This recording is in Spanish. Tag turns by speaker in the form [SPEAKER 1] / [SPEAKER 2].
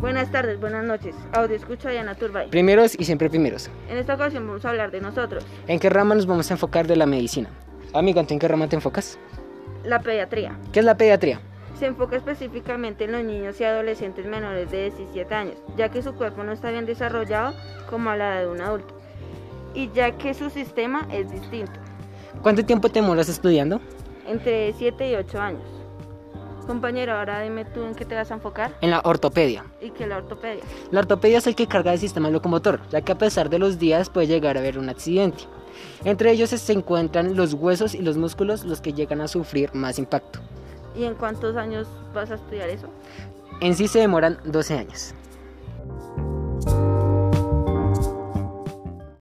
[SPEAKER 1] Buenas tardes, buenas noches. Audio escucha Diana Turbay.
[SPEAKER 2] Primeros y siempre primeros.
[SPEAKER 1] En esta ocasión vamos a hablar de nosotros,
[SPEAKER 2] ¿En qué rama nos vamos a enfocar de la medicina? Amigo, ¿tú en qué rama te enfocas?
[SPEAKER 1] la pediatría.
[SPEAKER 2] ¿Qué es la pediatría?
[SPEAKER 1] Se enfoca específicamente en los niños y adolescentes menores de 17 años, ya que su cuerpo no está bien desarrollado como a la edad de un adulto, y ya que su sistema es distinto,
[SPEAKER 2] ¿Cuánto tiempo te demoras estudiando?
[SPEAKER 1] entre 7 y 8 años. Compañero, ahora dime tú en qué te vas a enfocar
[SPEAKER 2] En la ortopedia.
[SPEAKER 1] y que la ortopedia.
[SPEAKER 2] La ortopedia es el que carga el sistema locomotor, ya que a pesar de los días puede llegar a haber un accidente. Entre ellos se encuentran los huesos y los músculos los que llegan a sufrir más impacto.
[SPEAKER 1] ¿Y en cuántos años vas a estudiar eso?
[SPEAKER 2] En sí se demoran 12 años.